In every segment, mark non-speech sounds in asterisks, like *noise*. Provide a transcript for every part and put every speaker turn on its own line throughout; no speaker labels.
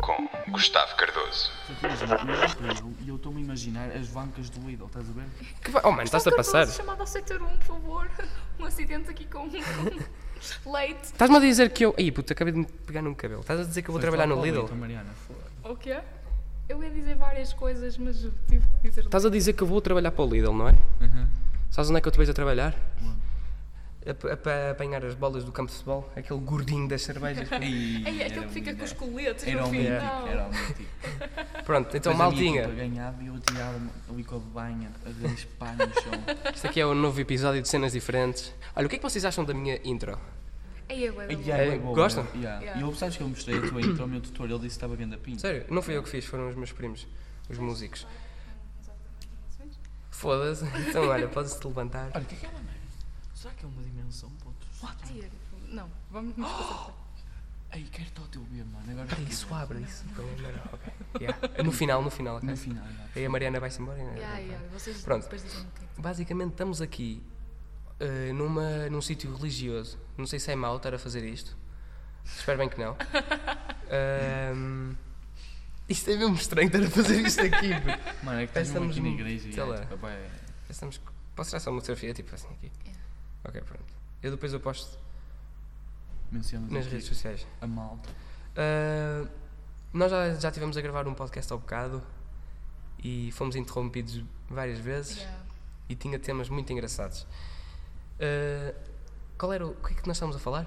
com Gustavo Cardoso.
e eu estou-me a imaginar as bancas do Lidl, estás a ver?
Que va- Oh mano, estás-te a passar?
Chamada ao setor 1, por favor. *laughs* Um acidente aqui com com *laughs* leite.
Estás-me a dizer que eu. Ai puta, acabei de me pegar num cabelo. Estás a dizer que eu vou trabalhar no Lidl?
Mariana,
O quê? Eu ia dizer várias coisas, mas tive que dizer.
Estás a dizer que eu vou trabalhar para o Lidl, não é? Sabes onde é que eu te vejo a trabalhar? A, pa- a pa- apanhar as bolas do campo de futebol, aquele gordinho das *laughs* cervejas.
Ei, é aquele que fica com os
um
coletes
Era
no
o
fim.
meu
Não.
tipo, era o meu tipo.
Pronto, então
Mas a minha equipa
maltinha.
ganhava e eu tirava ali com a banha, a raspar no
*laughs*
chão.
Isto aqui é um novo episódio de cenas diferentes. Olha, o que é que vocês acham da minha intro?
Ei, eu, eu,
E aí,
É,
eu vou,
gostam?
eu- yeah.
Yeah.
E eu, sabes que eu mostrei a tua intro ao meu tutor, ele disse que estava vendo a pinta.
Sério, não fui eu que fiz, foram os meus primos, os músicos. Foda-se. Então olha, podes-te levantar.
Olha, o que é que é uma merda? Será que é uma dimensão, puto?
Ei, eu- Não, vamos nos passar.
Ei, quero estar o teu bem, mano, agora...
Ai, É Isso abre isso. Ok. Yeah. No final, no final.
No
ok.
final,
*laughs*
já.
Aí a Mariana vai-se embora. e não é?
Yeah, yeah, vocês
Pronto.
depois dizem o quê?
Basicamente estamos aqui eh, numa, num sítio religioso. Não sei se é mau estar a fazer isto. Espero bem que
*laughs*
não. Ahm, isto é mesmo estranho estar a fazer isto aqui. bro.
Mano, é que estás mesmo
Pensamos
aqui na
muito,
igreja e
sei
é,
lá.
tipo, pá, é-
Pensamos que- Posso tirar só uma fotografia tipo assim aqui? Ok, pronto. Eu depois eu posto
mencionas
nas
aqui
redes sociais.
a malta.
Ah, nós já, já estivemos a gravar um podcast ao bocado e fomos interrompidos várias vezes
Yeah.
e tinha temas muito engraçados. Ah, qual era o, o que é que nós estávamos a falar?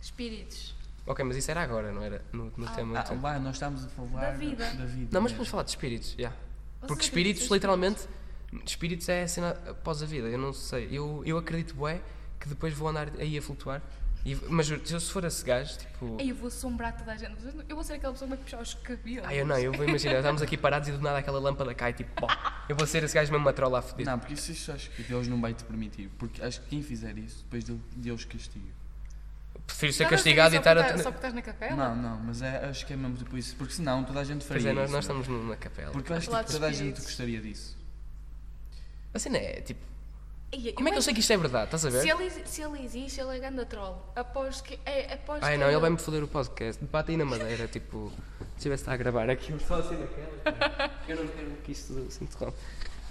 Espíritos.
Ok, mas isso era agora, não era no, no tema.
Ah,
anterior.
lá, nós estamos a falar
Da vida.
da vida,
não, mas
é.
podemos falar de espíritos, já. Porque
acreditam em
espíritos, literalmente, espíritos é a cena após a vida. Eu não sei, eu, eu acredito, bué, que depois vou andar aí a flutuar. E- mas juro, se eu se for esse gajo, tipo.
Ei, eu vou assombrar toda a gente. Vocês não- Eu vou ser aquela pessoa que vai puxar os cabelos.
Ah, eu não, eu vou imaginar, estamos aqui parados e do nada aquela lâmpada cai, tipo, pó. Eu vou ser esse gajo mesmo uma trola a fudido.
Não, porque isso, isso acho que Deus não vai te permitir. Porque acho que quem fizer isso, depois de- Deus castiga.
Prefiro ser
Estás a dizer
castigado e
isso só
estar a.
porque tá- Só porque estás na capela?
Não, não, mas é, acho que é mesmo tipo isso. Porque senão toda a gente
Pois
faria
é, nós,
isso.
nós estamos numa capela.
Porque eu acho que
Falar
tipo,
de
toda a gente
espíritos.
gostaria disso.
A cena é, tipo,
Ei,
como é que eu sei que isto é verdade? Estás a
Se
ver?
ele, se ele existe, ele é ganda troll. Após que. É, após
Ai
que
não, ele vai-me foder o podcast. Bate aí na madeira, tipo, se tivesse a gravar aqui. Eu só assim naquela. tá? Eu não quero que isto assim se interrompa.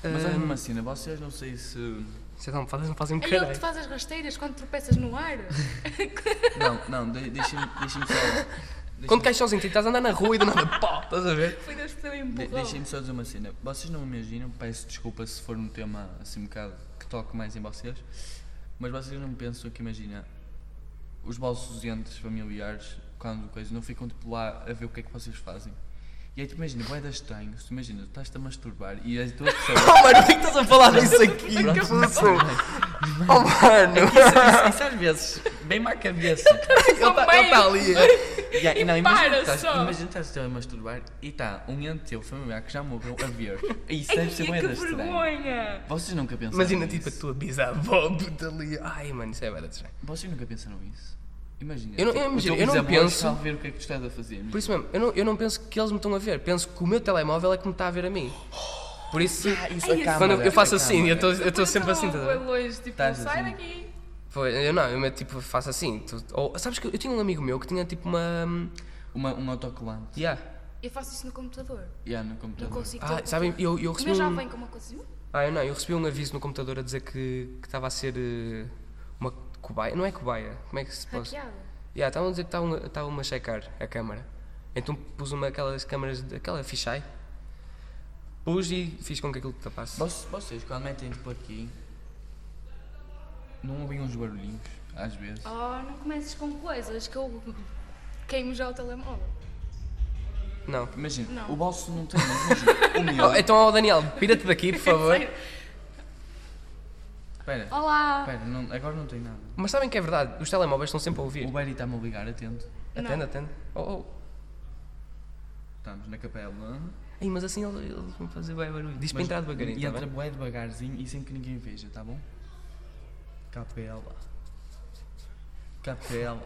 Mas
Hum.
olha uma cena, vocês não sei se.
Vocês não fazem, não fazem um
É ele que te
caralho.
faz as rasteiras quando tropeças no ar.
Não, não, de- deixem-me deixem
*laughs*
só.
Quando cais sozinho, tipo, estás a andar na rua e do nada, pó, estás a ver?
*laughs* Foi Deus que também
de-
empurrou.
Deixem-me só dizer uma cena. Vocês não me imaginam, peço desculpa se for um tema assim um bocado que toque mais em vocês, mas vocês não pensam que imagina os vossos entes familiares, quando coisa, não ficam tipo lá a ver o que é que vocês fazem. E aí tu imagina, vai das estranho, se tu imagina, tu estás-te a masturbar e a tua pessoa.
*laughs*
Oh, mano, o que é que estás a falar disso aqui? Oh, mano.
isso, isso às vezes vem-me à cabeça. Ele
Sou
tá- ele tá ali.
é.
E, aí-
E
não,
para
imagina, estás,
só.
imagina estás a masturbar e está um ente teu familiar que já morreu a ver. E isso
Ai,
deve ser
que
bué da estranho.
vergonha!
Vocês nunca pensaram
Imagina,
nisso?
tipo, a tua bisavó, puta ali. Ai, mano, isso é verdade estranho.
Vocês nunca pensaram nisso? Imagina.
Eu não-
tipo,
eu
o
imagino,
teu
eu não
bisavô
penso.
está a ver o que é que tu estás a fazer.
Por isso mesmo, eu não, eu não penso que eles me estão a ver, penso que o meu telemóvel é que me está a ver a mim. Por isso, é
isso, a
Ai, é
câmara,
quando eu- eu faço
a
assim, eu
câmara.
estou- eu estou sempre assim, estás a
Foi
ver?
longe, tipo,
Estás
sai
assim.
daqui.
Foi, Eu não, eu tipo, faço assim. tu- ou, sabes que eu tinha um amigo meu que tinha tipo uma. hum,
Uma, um autocolante.
Yeah.
Eu faço isso no computador.
Yeah, no
Não
computador.
consigo.
Ah, sabem, eu, eu
O
recebi
meu já
um.
vem com uma coisa. assim,
Ah, eu não, eu recebi um aviso no computador a dizer que que estava a ser eh, uma cobaia. Não é cobaia, como é que se pode?
Hackeada.
Yeah, estavam a dizer que estavam- estavam a checar a câmara. Então pus uma aquelas câmaras, aquela fisheye. Pus e fiz com que aquilo tapasse.
Vocês, vocês, quando metem tipo aqui, não ouvem uns barulhinhos, às vezes.
Oh, não comeces com coisas que eu queimo já o telemóvel.
Não.
Imagina,
Não.
o bolso não tem, mas imagina, o meu.
*laughs*
Oh, então, ó, Daniel, pira-te daqui, por favor.
Espera,
Olá!
espera, não- agora não tem nada.
Mas sabem que é verdade, os telemóveis estão sempre a
O
ouvir.
Barry está-me a ligar, atento.
Atende, atende. Oh, oh.
estamos na capela.
Ei, mas assim eles eles vão fazer bem barulho. Diz para
Mas-
entrar devagarinho,
E
tá
Tipo, entra
bem?
bué devagarzinho e sem que ninguém veja, tá bom? Capela. Capela.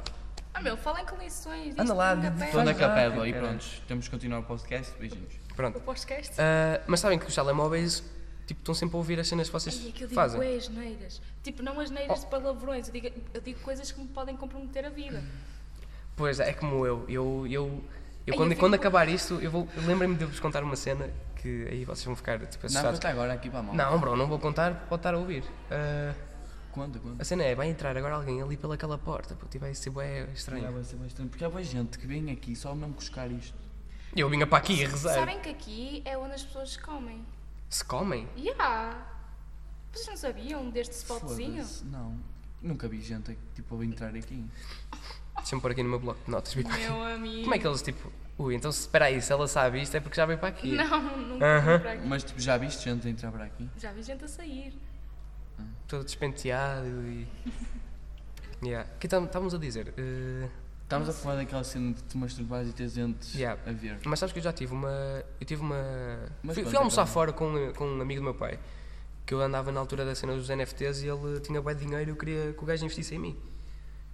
Ah, meu, falem com lições.
Anda lá, é
diz-me
diz-
nunca
Estou na
Faz lá,
capela é e
cara.
pronto, temos que continuar o podcast. Beijinhos.
Pronto.
O podcast?
Ah, mas sabem que os telemóveis tipo, estão sempre a ouvir as cenas que vocês
Ai, é que eu digo
fazem. Oh.
bué asneiras. Tipo, não asneiras de palavrões. Eu digo, eu digo coisas que me podem comprometer a vida.
Pois é, é como eu. Eu, eu, eu
Ai,
quando,
eu
quando
fico-
acabar isto, eu vou. Lembrem-me de vos contar uma cena que aí vocês vão ficar tipo,
Não,
assustados.
conta agora aqui para a mão.
Não, bro, não vou contar, pode estar a ouvir. Ah,
Conta, conta.
a cena é, vai entrar agora alguém ali pelaquela porta, puto, e vai ser bué
Já
estranho.
vai ser bastante. Porque há boa gente que vem aqui só mesmo buscar isto.
Eu vinha para aqui rezar.
Sabem que aqui é onde as pessoas comem.
Se comem?
Ya! Vocês não sabiam deste spotzinho?
Foda-se, Não. Nunca vi gente tipo a entrar aqui.
Deixa-me pôr aqui no meu bloco de notas. vem para aqui.
Meu amigo.
Como é que eles tipo. Ui, então se- espera aí, se ela sabe isto é porque já veio para aqui.
Não, nunca
Aham.
fui para aqui.
Mas tipo, já viste gente a entrar para aqui?
Já vi gente a sair.
Todo despenteado e. *laughs* Yeah. O que tam- estávamos a dizer? Eh,
Estamos a falar daquela cena de te masturbares e teres dentes
Yeah.
a ver.
Mas sabes que eu já tive uma. Eu tive uma.
Mas
fui, fui
conta,
almoçar
conta.
fora com, com um amigo do meu pai, que eu andava na altura da cena dos NFTs e ele tinha bem dinheiro e eu queria que o gajo investisse em mim.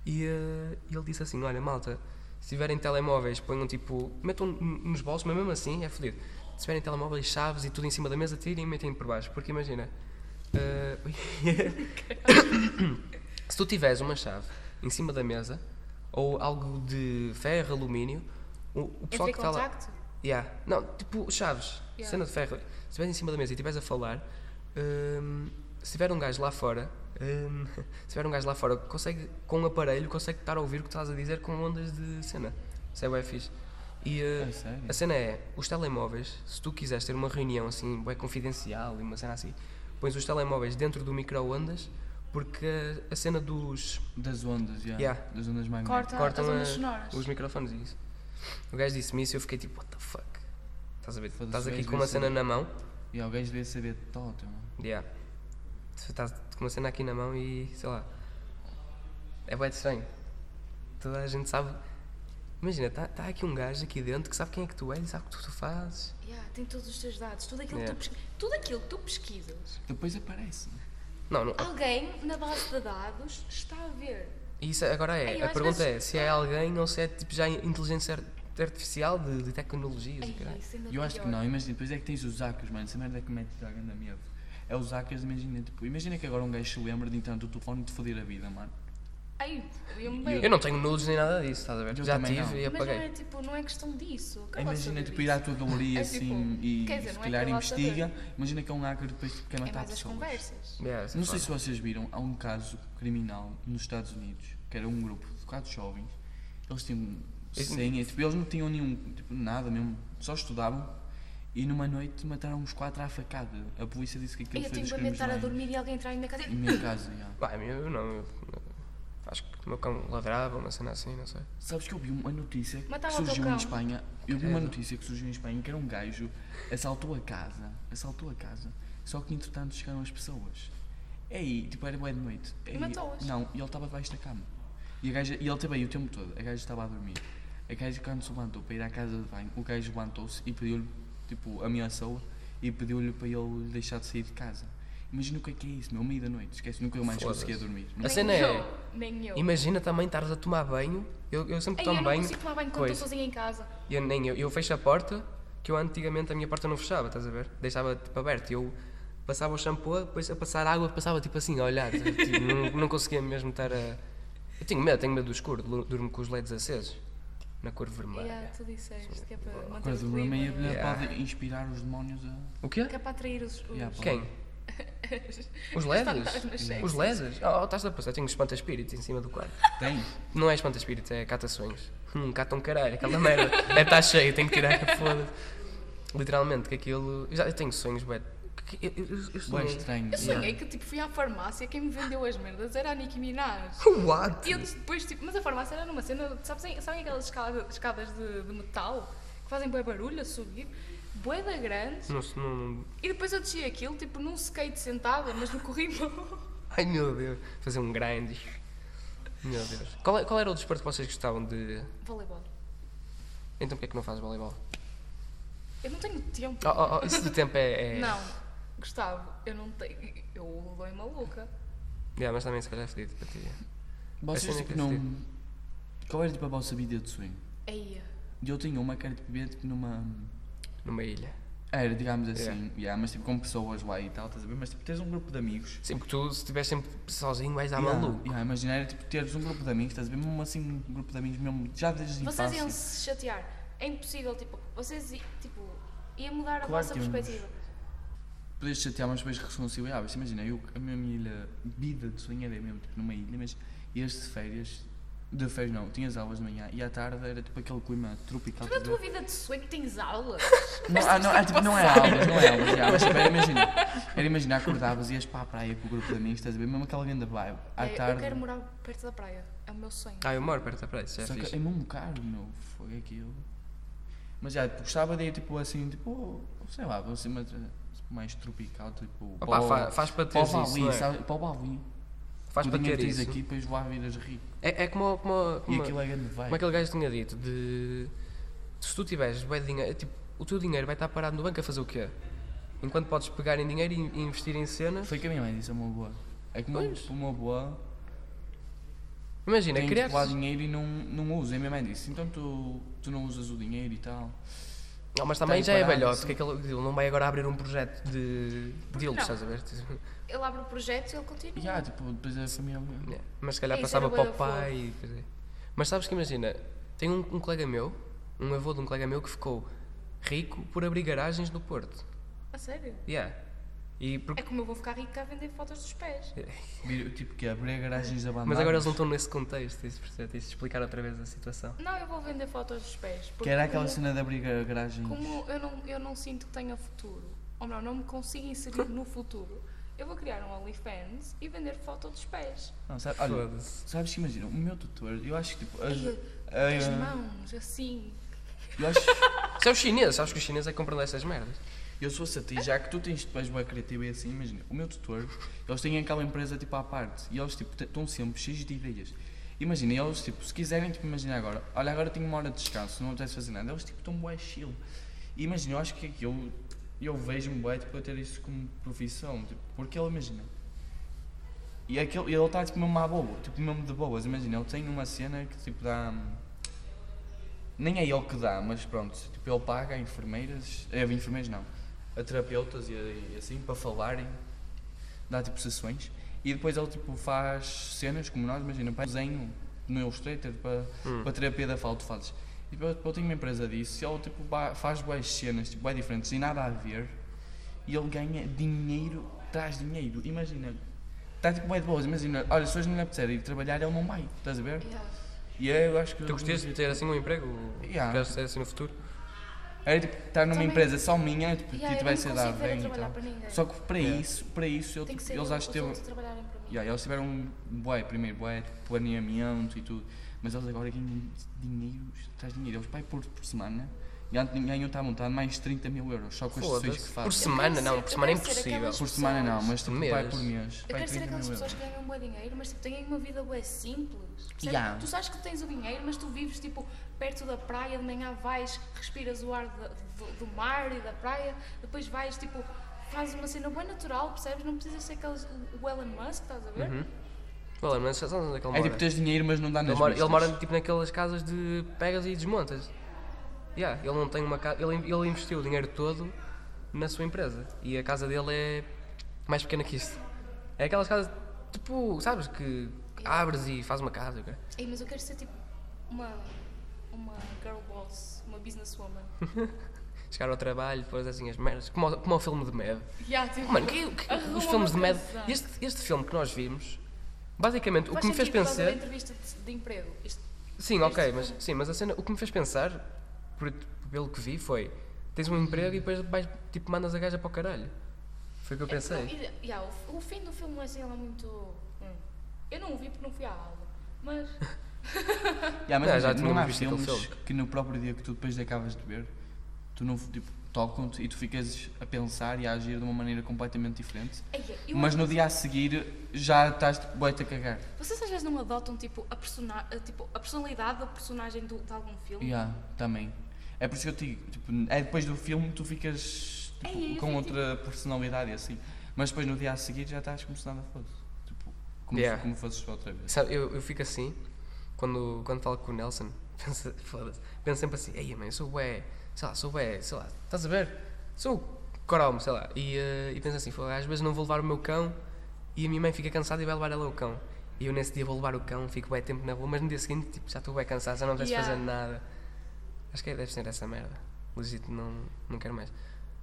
E eh, ele disse assim: Olha, malta, se tiverem telemóveis, ponham tipo. metam n- nos bolsos, mas mesmo assim é fodido. Se tiverem telemóveis, chaves e tudo em cima da mesa, tirem e metem por baixo, porque imagina. eh, *coughs* se tu tiveres uma chave em cima da mesa ou algo de ferro, alumínio, o, o pessoal
Entrei em
que está lá.
É contacto.
Yeah. Não, tipo, chaves,
Yeah.
cena de ferro. Se estiveres em cima da mesa e estiveres a falar, hum, se tiver um gajo lá fora, hum, *laughs* se tiver um gajo lá fora, consegue, com um aparelho, consegue estar a ouvir o que estás a dizer com ondas de cena. Isso é bem fixe. E uh,
É sério?
a cena é, os telemóveis, se tu quiseres ter uma reunião assim, bem confidencial e uma cena assim, pões os telemóveis dentro do micro-ondas, porque a cena dos
Das ondas, já.
Yeah.
Das ondas magnéticas.
Corta,
cortam
Tá, as ondas
a-
sonoras.
os microfones e isso. O gajo disse-me isso e eu fiquei tipo, what the fuck? Estás a ver?
Foda-se,
Estás
o
aqui
gajo
com uma
deve
cena
saber.
na mão.
E alguém devia saber de tota, mano.
Yeah. Tu Estás com uma cena aqui na mão e sei lá. É bem estranho. Toda a gente sabe. Imagina, está tá aqui um gajo aqui dentro que sabe quem é que tu és e sabe o que tu, tu fazes.
Yeah, tem todos os teus dados, tudo aquilo,
Yeah.
que tu pesqui- tudo aquilo que tu pesquisas.
Depois aparece.
Não, não.
Alguém na base de dados está a ver.
E Isso agora é.
Ei, eu
a
às
pergunta
vezes-
é se é alguém ou se é tipo já inteligência ar- artificial de, de tecnologias
Ai,
e é, caralho.
isso ainda
E eu acho que
pior.
não, imagina, depois é que tens os hackers, mano, essa merda é que mete a grande medo. É os hackers, imagina, tipo, imagina que agora um gajo se lembra de entrar no teu telefone e te foder a vida, mano.
Ai, eu-me bem.
Eu não tenho nudes nem nada disso, estás a ver?
Eu
já
também
tive
não.
e
Mas não
apaguei.
é, tipo, não é questão disso. Acaba de
imagina,
saber
tipo, ir
disso.
à tua galeria
*laughs* É
assim
tipo,
e
quer dizer,
se
não é
calhar
que eu vá saber.
investiga, imagina que é um hacker depois tipo, quer
É
matar
mais as
pessoas.
conversas.
Yeah, é essa
Não sei
parte.
se vocês viram, há um caso criminal nos Estados Unidos, que era um grupo de quatro jovens, eles tinham
Esse-
100, tipo, eles não tinham nenhum, tipo, nada mesmo, só estudavam e numa noite mataram uns quatro à facada. A polícia disse que
Ai,
aquilo
eu
foi
tenho
dos
para me
crimes
estar a
mais...
dormir e alguém entrar na minha casa.
Em minha casa, já.
Pá, eu não. eu- acho que o meu cão ladrava, uma cena assim, não sei.
Sabes que eu vi uma notícia que
Matava o teu
surgiu
cão.
em Espanha. Eu vi uma
Credo.
notícia que surgiu em Espanha que era um gajo assaltou a casa. Assaltou a casa. Só que entretanto chegaram as pessoas. Ei, tipo, era boa de noite. Ei,
matou-as.
Não, e ele estava debaixo da cama. E, a gaja, e ele esteve aí o tempo todo. A gaja estava a dormir. A gaja quando se levantou para ir à casa de banho, o gajo levantou-se e pediu-lhe, tipo, ameaçou-a e pediu-lhe para ele deixar de sair de casa. Imagina o que é que é isso, meu, meio da noite. Esquece, nunca eu mais
Foda-se.
conseguia dormir.
A
Nem
cena é-
eu, Nem eu.
Imagina também estares a tomar banho. Eu, eu sempre
Ai,
tomo
eu não
banho.
consigo tomar banho quando
coisa.
estou sozinha em casa.
Eu, nem eu, eu fecho a porta, que eu antigamente a minha porta não fechava, estás a ver? Deixava tipo aberto. Eu passava o shampoo, depois a passar água, passava tipo assim, a olhar. estás a ver? Tipo, não, não conseguia mesmo estar a. Eu tenho medo, tenho medo do escuro, du- durmo com os LEDs acesos, na cor vermelha.
Yeah, tu disseste que é para manter
Coisa
o
do meio
clima.
Yeah.
pode inspirar os demónios a.
O quê?
Que é para atrair os... os-
Yeah, pá.
Quem?
*laughs*
Os LEDs?
fantasmas sexys.
Os LEDs? Oh, estás a passar, tenho espanta-espíritos em cima do quarto.
Tem?
Não é espanta-espíritos, é cata-sonhos. Hum, cata *laughs* um caralho, aquela merda. Deve estar cheio, tenho que tirar, *laughs* foda-se. Literalmente, que aquilo. Eu, já, eu tenho sonhos, bué. que- Eu, eu, eu, eu
Bem
sonhei.
estranho.
Eu sonhei que tipo, fui à farmácia, quem me vendeu as merdas era a Nicki Minaj.
*laughs* What?
E eu depois, tipo, mas a farmácia era numa cena, sabes, sabem aquelas escada- escadas de, de metal que fazem bué barulho a subir? Bué da grande.
Não, se- não, não-
E depois eu desci aquilo, tipo, num skate sentada, mas no corrimão. *laughs*
Ai meu Deus, fazer um grind. Meu Deus. Qual, é- qual era o desporto que vocês gostavam de.
Voleibol.
Então porquê é que não fazes voleibol?
Eu não tenho tempo.
Oh, oh, oh, isso do tempo é. é...
Não, Gustavo, eu não tenho. Eu dou em maluca.
Yeah, mas também se calhar é fedido para ti.
Vocês
cena
tipo
que eu
não.
fiz.
Qual era tipo a vossa vida de sonho?
Aí.
E Eu tinha uma que era tipo ver tipo numa.
Numa ilha.
Era, digamos assim, yeah, mas tipo com pessoas lá e tal, estás a ver? Mas tipo tens um grupo de amigos.
Sim, porque tu, se estiveres sempre sozinho, vais dar
Yeah,
Tá maluco.
yeah, imagina, era tipo teres um grupo de amigos, estás a ver? Mesmo assim, um grupo de amigos mesmo, já desde a
Vocês
infância.
iam se chatear. É impossível, tipo, vocês i- tipo, ia mudar a
Claro
vossa
que íamos.
perspectiva.
Podias chatear, mas depois reconciliavas. Imagina, eu, a minha ilha, vida de sonho era mesmo, tipo, numa ilha, mas ias de férias, de férias não, tinhas aulas de manhã e à tarde era tipo aquele clima tropical.
Tu na
estás a
tua
ver?
vida de sonho tens aulas.
não, ah, não, é, tipo, não é aulas, não é aulas, já, mas tipo, era imagina, era imagina, acordavas, ias para a praia com o grupo de amigos, estás a ver, mesmo aquela grande vibe, à
É,
tarde.
Eu quero morar perto da praia. É o meu sonho.
Ah, eu moro perto da praia, isso já
Só
fiz.
que é mesmo caro, meu, foi aquilo. Mas já, tipo, gostava de ir, tipo, assim, tipo, sei lá, vou assim, mas, eh, mais tropical, tipo...
Opa,
o-
fa- faz para
para o
teres isso.
Bali,
não é?
sabe? Para o Bali.
Faz
o
para
dinheiro
ter
que tens
isso.
aqui, depois lá viras rico.
É, é como, como,
E
como,
aquilo é grande vai.
como aquele gajo tinha dito: de se tu tiveres bué de dinheiro, tipo, o teu dinheiro vai estar parado no banco a fazer o quê? Enquanto podes pegar em dinheiro e in- e investir em cenas.
Foi que a minha mãe disse, é uma boa. É que uma,
Pois.
uma boa
Imagina,
tem tipo, lá
criares.
dinheiro e não, não usa. E a minha mãe disse, então tu, tu não usas o dinheiro e tal.
Não, mas também
tem
já é
parado,
velhote,
sim.
que aquele ele não vai agora abrir um projeto de deals,
não?
estás a ver? *laughs*
Ele abre o projeto e ele continua.
E já, tipo, depois a família...
Yeah, É, Mas se calhar
Isso
passava
era
para o
bué da
pai. e depois é. Mas sabes que imagina, tem um, um colega meu, um avô de um colega meu que ficou rico por abrir garagens no Porto.
A sério.
Yeah. E porque-
É como eu vou ficar rica a vender fotos dos pés.
Vir- Tipo, que abrir garagens abandonadas.
Mas agora eles não estão nesse contexto, tens de tens de explicar outra vez a situação.
Não, eu vou vender fotos dos pés. porque
Que era aquela
como-
cena de abrir garagens.
Como eu não, eu não sinto que tenha futuro, ou melhor, não me consigo inserir no futuro, eu vou criar um OnlyFans e vender foto dos pés.
Não, sabe, olha,
Foda-se.
sabes que imagina, o meu tutor, eu acho que tipo. as-
Ei,
a-
As mãos, assim.
eu acho.
Isso é os chineses, sabes que os chineses é que compram dessas merdas.
Eu sou a ti, já que tu tens depois boa criativa e assim, imagina, o meu tutor, eles têm aquela empresa tipo à parte e eles tipo estão sempre cheios de ideias. Imagina, eles tipo, se quiserem, tipo, imagina agora, olha, agora tenho uma hora de descanso, não apetece fazer nada, eles tipo estão bué chill. E imagina, eu acho que aquilo, eu vejo-me bué tipo, a ter isso como profissão, tipo, porque ele imagina. E aquele, ele está tipo mesmo à boa, tipo mesmo de boas, imagina, ele tem uma cena que tipo dá. Nem é ele que dá, mas pronto, tipo, ele paga a enfermeiras, é, a enfermeiras não, a terapeutas e, e assim, para falarem, dá tipo sessões, e depois ele tipo faz cenas como nós, imagina, para desenho no Illustrator, para, para terapia da falta fazes. E tipo, eu, tipo, eu tenho uma empresa disso, e ele tipo ba- faz boas cenas, tipo, bem diferentes, e nada a ver, e ele ganha dinheiro, traz dinheiro, imagina, está tipo bem de boas, imagina, olha, se hoje não lhe apetecer ir trabalhar, ele não vai, estás a ver?
Yeah.
E é, eu acho que...
Tu gostias de ter assim um emprego?
Yeah.
Queres ser assim no futuro?
Era tipo estar numa
Também-
empresa só minha, tipo,
Yeah,
e
eu
tivesse a
não consigo
dar
ver a
bem e
trabalhar
tal.
para ninguém.
então. Só que
É.
para isso, para isso, eu,
Tem que
tipo,
ser
eles
eu-
acho que
os
teve...
outros a trabalharem para mim.
Yeah, eles tiveram um bué primeiro, bué tipo, planeamento e tudo. Mas eles agora ganham dinheiro, traz dinheiro. Eles pai por, por semana e antes ganham está montado mais 30 mil euros só com as sessões que
Foda-se. Por
fazem.
semana
quero
não,
ser-
por
eu
semana é
quero ser
impossível.
aquelas-
Por semana não, mas tipo,
Mês.
pai por mês.
Eu
pai
quero
30
ser
mil
aquelas
euros.
pessoas que ganham um bom dinheiro, mas tipo, têm uma vida bem simples. percebes?
Yeah.
Tu sabes que tens o dinheiro, mas tu vives tipo perto da praia, de manhã vais, respiras o ar da- do, do mar e da praia, depois vais tipo, fazes uma cena bem natural, percebes? Não precisas ser aqueles o- o Elon Musk, estás a ver?
Uhum. Olha, mas sabes onde é que ele
É
mora?
tipo, tens dinheiro, mas não dá
ele,
nas
mora, ele
vistas.
mora, tipo naquelas casas de pegas e desmontas. Yeah, ele não tem uma casa. Ele, ele investiu o dinheiro todo na sua empresa. E a casa dele é mais pequena que isto. É aquelas casas tipo, sabes, que abres e faz uma casa. cara.
Ei, mas eu quero ser tipo uma, uma girl boss,
*laughs*
uma businesswoman. *laughs*
Chegar ao trabalho, depois assim as merdas. Como, o- como o filme de Mad.
yeah, tipo,
Mano, que, que-
arruma
os filmes de
uma
Mad.
casa.
Este, este filme que nós vimos, basicamente, o
Faz
que me fez
sentido por causa
pensar.
da entrevista de, de emprego. Isto-
Sim, ok, mas, sim, mas a cena, o que me fez pensar, por- pelo que vi, foi: tens um emprego e depois vais, tipo, mandas a gaja para o caralho. Foi o que eu
É Não,
pensei.
e- yeah, o, f- o fim do filme não é assim, ela é muito. hum. Eu não o vi porque não fui à aula.
*laughs*
Mas.
Yeah, mas
Não,
não,
É, já
já
tinha
não há
visto aquele
filmes
filme.
que no próprio dia que tu depois acabas de ver, tu não tipo, tocam-te e tu ficas a pensar e a agir de uma maneira completamente diferente.
Eia, eu-
mas no dia a seguir já estás tipo, boi-te a cagar.
Vocês às vezes não adotam tipo, a, persona- eh, tipo, a personalidade do personagem do- de algum filme?
Yeah, também. É por isso que eu te digo, tipo, é depois do filme tu ficas tipo,
Ei, eu
com
fiquei-
outra personalidade e assim. Mas depois no dia a seguir já estás como se nada fosse. Tipo, como,
Yeah.
se, como fosses outra vez.
Sabe, eu, eu fico assim, quando, quando falo com o Nelson, *laughs* penso, foda-se, penso sempre assim, ei, mãe, eu sou bué, sei lá, sou bué, sei lá, estás a ver? Sou cromo, sei lá. E, eh, e penso assim, "Foda, às vezes não vou levar o meu cão e a minha mãe fica cansada e vai levar ela o cão. E eu nesse dia vou levar o cão, fico bué tempo na rua, mas no dia seguinte tipo, já estou bué cansado, já não quero
Yeah.
fazer nada. Acho que é- deve ser essa merda. Legítimo, não, não quero mais.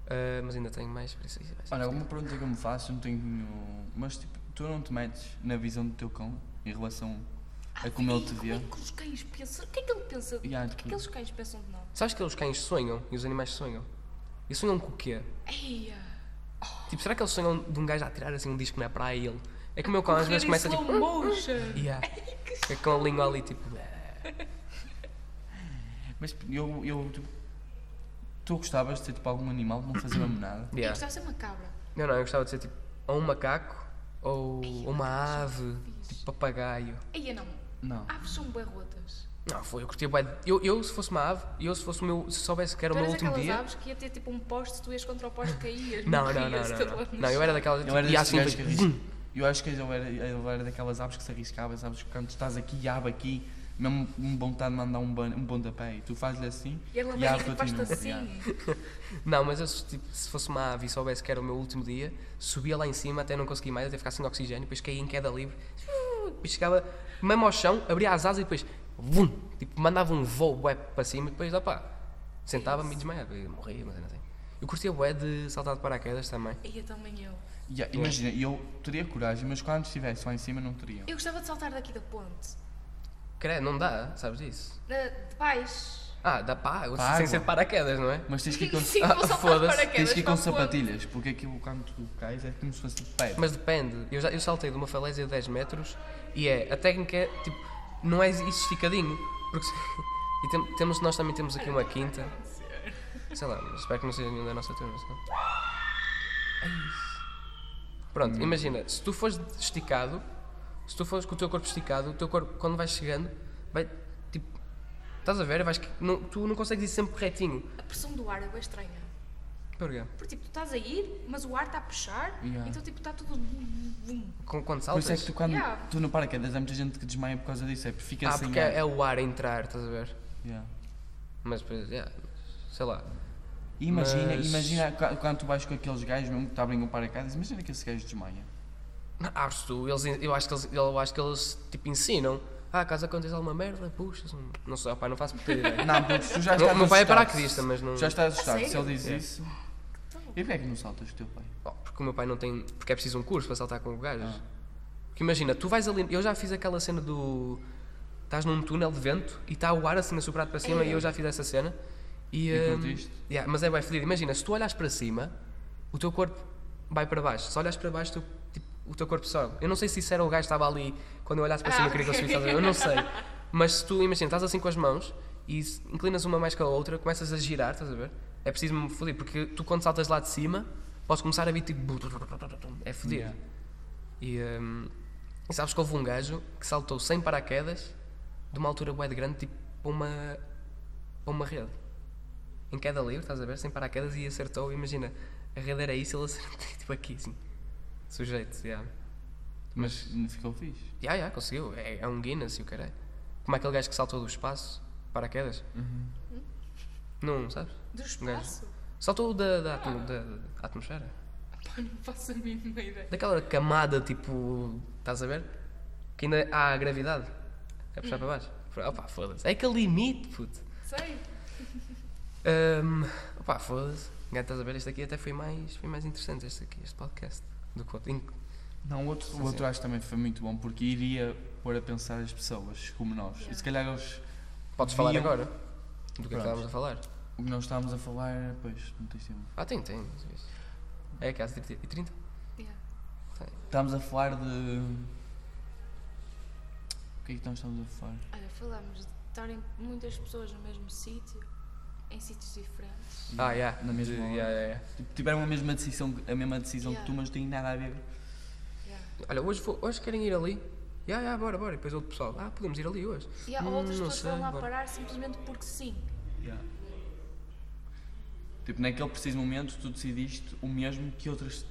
Eh, mas ainda tenho mais, por isso isso vai ser
Olha,
fixe.
uma pergunta que eu me faço, eu não tenho. nenhum- Mas tipo, tu não te metes na visão do teu cão em relação a como ele te
Como é
vê?
que os cães pensam? O que é que ele pensa?
Yeah,
o que é que
tipo-
eles cães pensam de nós?
Sabes que os cães sonham e os animais sonham? E sonham com o quê?
Eia!
Tipo, será que eles sonham de um gajo a tirar assim um disco na praia e ele. É que o meu cão às vezes começa
Correr em
tipo.
slow motion! *laughs*
Yeah. É com a língua ali tipo.
Mas eu. eu tipo, tu gostavas de ter tipo, algum animal que não fazia mesmo nada?
Eu
Yeah.
gostava de ser uma cabra.
Não, não, eu gostava de ser tipo. Ou um macaco, ou uma ave, tipo papagaio.
Eia não,
Não.
aves são barrotas.
Não, foi, eu curtia bué de- eu, eu se fosse uma ave, eu se fosse o meu. Se soubesse que era
Tu
o meu
eras
último
aquelas
dia.
aves que ia ter tipo um poste, tu ias contra o poste, caías, *laughs*
Não, não, não,
morrias,
não,
todo
não.
no
Não, eu era daquela.
Eu era
ia
desses
assim,
gajos que
tipo,
arrisca. Eu acho que eu era, eu era daquelas aves que se arriscava, sabes? que Quando estás aqui e a ave aqui, mesmo um vontade de mandar um, ban, um pontapé e tu fazes-lhe assim
E ela
a
vai
ave
e faz-te
continua.
assim.
Yeah.
Não, mas eu, se, tipo, se fosse uma ave e soubesse que era o meu último dia, subia lá em cima até não conseguir mais, até ficar sem oxigênio, depois caía em queda livre, depois chegava mesmo ao chão, abria as asas e depois, vum, tipo, mandava um voo bué para cima e depois, opá, sentava-me e desmaiava, e morria, mas era assim. Eu curtia bué de saltar de paraquedas também.
Eia também eu.
Yeah, imagina, eu teria coragem, mas quando estivesse lá em cima não teria.
Eu gostava de saltar daqui da ponte.
Credo, não dá, sabes disso?
Da- de baixo.
Ah, dá para água,
Para
sem
água.
ser de paraquedas, não é?
Mas tens
*laughs*
que ir com,
Sim,
Ah,
vou saltar de
foda-se,
paraquedas.
tens que ir com
para a ponte.
sapatilhas, porque aquilo quando tu cais é como se fosse de pé.
Mas depende. Eu, já, eu saltei de uma falésia de 10 metros e é. A técnica é tipo. Não é isso esticadinho. Porque. se- *laughs* E tem- temos, nós também temos aqui uma quinta. Sei lá, espero que não seja nenhum da nossa turma, senão. Ai.
Hum.
Pronto, imagina, se tu fores esticado, se tu fores com o teu corpo esticado, o teu corpo, quando vais chegando, vai. Tipo. Estás a ver? Vais, que- não, tu não consegues ir sempre retinho.
A pressão do ar é bem estranha.
Porquê?
Porque tipo, tu estás a ir, mas o ar está a puxar,
Yeah.
então tipo, está tudo. vum, vum.
Com, quando
Por
saltas.
isso é que tu quando
Yeah.
tu no paraquedas há muita gente que desmaia por causa disso, é porque fica
ah,
assim.
porque é o ar a entrar, estás a ver?
Yeah.
Mas depois, yeah, sei lá.
E Imagina,
Mas-
imagina qu- quando tu vais com aqueles gajos mesmo que te abrem o paraquedas, imagina que esse gajo desmaia.
Ah, Acho tu, eles, eu, acho que eles, eu acho que eles tipo ensinam. Ah, caso aconteça alguma merda, puxa se Não sei, opá, não faço
*laughs*
puta ideia. *laughs*
Não, porque tu já
Não-
estás
Meu pai é
assustado.
paraquedista, mas não. Ah, É.
Já estás assustado
sério?
se ele diz isso. E porquê é que não saltas com o teu pai?
Oh, porque o meu pai não tem. Porque é preciso um curso para saltar com gajos. Porque imagina, tu vais ali. Eu já fiz aquela cena do. Estás num túnel de vento e está o ar assim a superar para cima e eu já fiz essa cena. E,
E
hum,
curtiste?
yeah, mas é bem fedido. Imagina, se tu olhas para cima, o teu corpo vai para baixo. Se olhas para baixo, tu, tipo, o teu corpo sobe. Eu não sei se isso era o gajo que estava ali quando eu olhasse para cima
Ah,
e queria que eu
ok.
subisse. estás a ver? Eu não sei. Mas se tu, imagina, estás assim com as mãos e se- inclinas uma mais que a outra, começas a girar, estás a ver? É preciso me foder, porque tu quando saltas lá de cima, podes começar a vir tipo. bu- É foder.
Yeah.
E, hum, e sabes que houve um gajo que saltou sem paraquedas de uma altura bué de grande, tipo para uma, para uma rede. Em queda livre, estás a ver? Sem paraquedas e acertou. Imagina, a rede era isso, ele acertou *laughs* tipo aqui, assim. Sujeito, já. Yeah.
Mas ficou fixe.
Já, já, conseguiu. É, é um Guinness e o caralho. Como é aquele gajo que saltou do espaço, paraquedas. Não, sabes?
Do
Um gajo.
espaço?
Saltou da, da, atmo- da- da atmosfera.
Pá, não faço a mínima ideia.
Daquela camada, tipo, estás a ver? Que ainda há a gravidade. A puxar para baixo.
Hum.
Opa, foda-se. É aquele limite, puto.
Sei.
Hum, opa, foda-se. Gato, estás a ver? Este aqui até foi mais, foi mais interessante, este aqui, este podcast. Do que o outro. Inc-
Não, o outro, o outro acho que também foi muito bom, porque iria pôr a pensar as pessoas como nós. E se calhar eles,
Podes falar
Viam-
agora. Do que é que
Pronto.
estávamos a falar.
o que nós estávamos a falar, pois, não tens tempo.
Ah, tem, tem. É que às 30?
Yeah.
Estávamos a falar de. O que é que nós estamos a falar?
Olha, falamos de estarem muitas pessoas no mesmo sítio, em sítios diferentes.
Ah, yeah.
Na mesma
De-
hora.
yeah, yeah, yeah.
Tipo, tiveram a mesma decisão, a mesma decisão que tu,
Yeah.
mas não tem nada a ver.
Yeah.
Olha, hoje, vou- hoje querem ir ali. Ya, ya, bora, bora. E depois outro pessoal. Ah, podemos ir ali hoje.
E há
Hum,
outras
não
pessoas que
sei,
vão lá
bora.
parar simplesmente porque sim.
Tipo, naquele preciso momento tu decidiste o mesmo que outras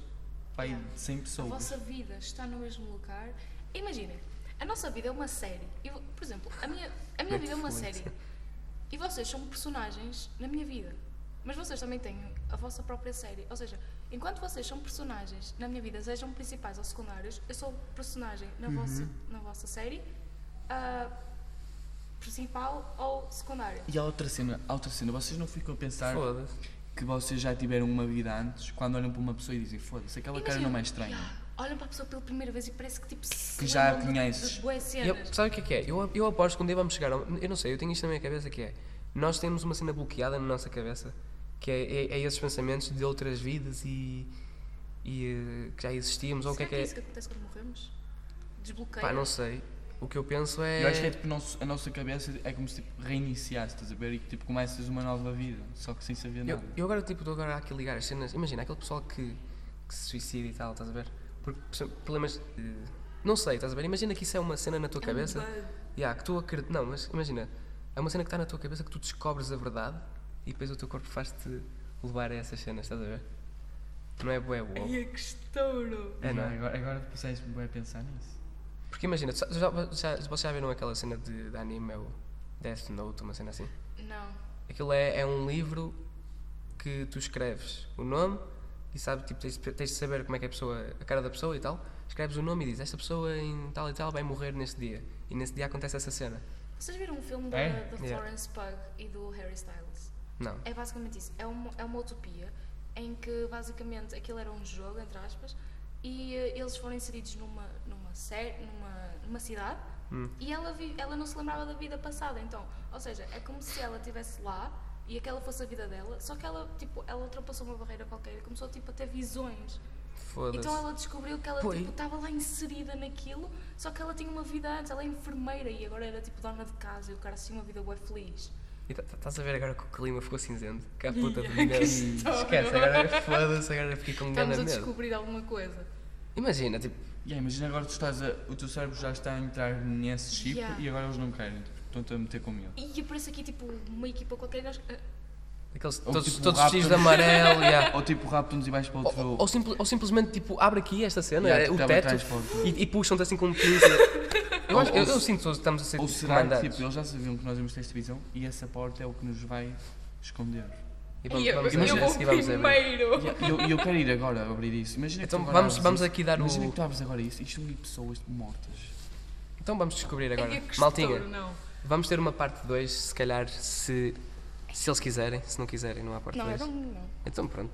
pai,
Yeah.
de 100
A
pessoas.
vossa vida está no mesmo lugar. Imaginem, a nossa vida é uma série. E, vo- por exemplo, a minha, a minha vida é uma
Netflix.
série. E vocês são personagens na minha vida. Mas vocês também têm a vossa própria série. Ou seja, enquanto vocês são personagens na minha vida, sejam principais ou secundários, eu sou personagem na,
Uhum.
vossa, na vossa série, ah, principal ou secundária.
E há outra cena, há outra cena, vocês não ficam a pensar
Foda-se.
que vocês já tiveram uma vida antes quando olham para uma pessoa e dizem foda-se, aquela cara
Imagina,
não é estranha.
ah, Olham para a pessoa pela primeira vez e parece que tipo se
Que já a
lembram de-
conheces.
de bué
E eu-
cenas.
sabe o que é que é? Eu, eu aposto que um dia vamos chegar. ao- Eu não sei, eu tenho isto na minha cabeça que é. Nós temos uma cena bloqueada na nossa cabeça que é, é- é esses pensamentos de outras vidas e. e, eh, que já existíamos ou o que é
Será
que
que é isso
é.
que acontece quando morremos? Desbloqueia?
Pá, não sei. O que eu penso é.
Eu acho que é tipo o nosso- a nossa cabeça é como se tipo, reiniciasse, estás a ver? E que tipo começas uma nova vida, só que sem saber
Eu,
nada.
eu agora tipo, estou agora aqui a ligar as cenas. Imagina, aquele pessoal que, que se suicida e tal, estás a ver? Porque por exemplo, problemas. eh, Não sei, estás a ver? Imagina que isso é uma cena na tua
um
cabeça. Yeah, que tu acred... Não, mas imagina, é uma cena que está na tua cabeça que tu descobres a verdade e depois o teu corpo faz-te levar a essas cenas, estás a ver? Não é bué bom.
Ai, que estouro!
É,
É,
não.
Agora, agora puseste-me bem a pensar nisso.
Porque imagina, tu sa- já, já, vocês já viram aquela cena de, de anime, é o Death Note, uma cena assim?
Não.
Aquilo é, é um livro que tu escreves o nome e sabe, tipo, tens, de- tens de saber como é que é a pessoa, a cara da pessoa e tal. Escreves o nome e dizes, esta pessoa em tal e tal vai morrer neste dia. E nesse dia acontece essa cena.
Vocês viram o filme da,
É?
da
Yeah.
Florence Pugh e do Harry Styles?
Não.
É basicamente isso. É uma, é uma utopia em que basicamente aquilo era um jogo, entre aspas, e eh, eles foram inseridos numa, numa, série, numa, numa cidade
Hum.
e ela, vi- ela não se lembrava da vida passada. Então, ou seja, é como se ela estivesse lá e aquela fosse a vida dela, só que ela, tipo, ela ultrapassou uma barreira qualquer e começou tipo, a ter visões.
Foda-se.
Então ela descobriu que ela
Pois.
tipo estava lá inserida naquilo, só que ela tinha uma vida antes, ela é enfermeira e agora era tipo dona de casa e o cara tinha uma vida bué feliz.
E tá- tá- estás a ver agora que o clima ficou cinzento? Que é a
Uhum.
puta
*laughs*
de merda. Esquece, agora foda-se, agora fiquei com
Estamos
grande
a
medo.
descobrir alguma coisa.
Imagina, tipo,
Yeah, imagina agora tu estás a, o teu cérebro já está a entrar nesse chip
Yeah.
e agora eles não querem, tipo, estão-te a meter com medo.
E aparece aqui tipo uma equipa qualquer, nós, ah,
aqueles
Ou
todos,
tipo
todos
rapto.
vestidos de amarelo. yeah.
Ou *laughs* tipo raptam-nos e vais para outro.
Ou, ou simpli- ou simplesmente tipo, abre aqui esta cena,
Yeah,
é,
tipo,
o
abre
teto,
atrás para o outro.
e, e puxam-te assim com um
*laughs*
pincel. Eu, acho-
Ou-
eu-
ou
eu
se-
sinto que estamos a ser
Ou será que
comandados.
tipo, eles já sabiam que nós íamos ter esta visão e essa porta é o que nos vai esconder?
E
e
vamos,
eu, eu
vamos,
imagina,
vou
abrir- e vamos abrir.
primeiro.
E eu, e eu quero ir agora abrir isso. Imagina que
Então
tu agora
vamos,
abres
vamos
isso.
aqui dar o.
Imagina que tu abres agora isso e estão ali pessoas mortas.
Então vamos descobrir agora.
Ai, que
Maltinha,
estouro, não.
vamos ter uma parte 2, se calhar, se, se eles quiserem, se não quiserem, não há parte
Não,
2.
era um não.
Então pronto.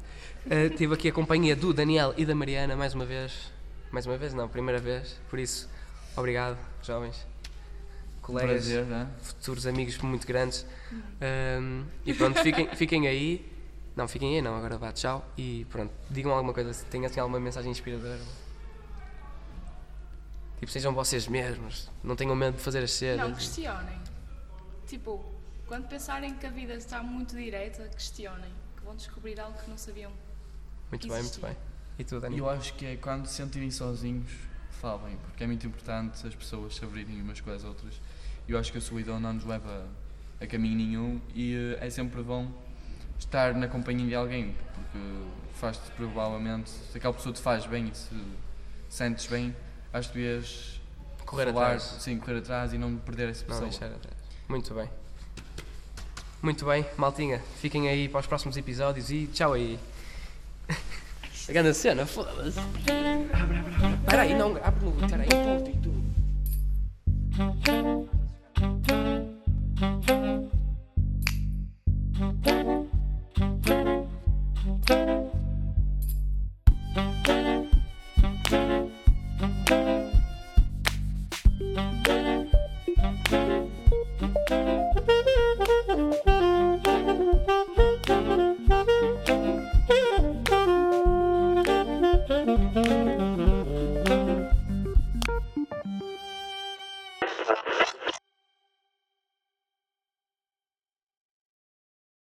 Uh, tive aqui a companhia do Daniel e da Mariana mais uma vez. Mais uma vez não, primeira vez. Por isso, obrigado, jovens, colegas,
Prazer, né?
futuros amigos muito grandes.
Uhum.
Um, e pronto, fiquem, fiquem aí. Não, fiquem aí não, agora vá, tchau. E pronto, digam alguma coisa, se têm assim alguma mensagem inspiradora. Tipo, sejam vocês mesmos, não tenham medo de fazer as
Não,
cenas.
questionem. Tipo, quando pensarem que a vida está muito direita, questionem. Que vão descobrir algo que não sabiam.
muito bem, muito
existir.
bem. E tu,
E
Daniel?
eu acho que é quando se sentirem sozinhos, falem, porque é muito importante as pessoas se abrirem umas com as outras. Eu acho que a solidão não nos leva a caminho nenhum e eh, é sempre bom estar na companhia de alguém, porque faz-te provavelmente, se aquela pessoa te faz bem e se sentes bem, acho que devias
Correr
falar,
atrás.
sim, correr atrás e não perder essa
Não
pessoa.
deixar atrás. Muito bem. Muito bem, maltinha. Fiquem aí para os próximos episódios e tchau aí. *laughs* A grande cena, foda-se. Peraí, não, abre no. Peraí, ponto e tudo.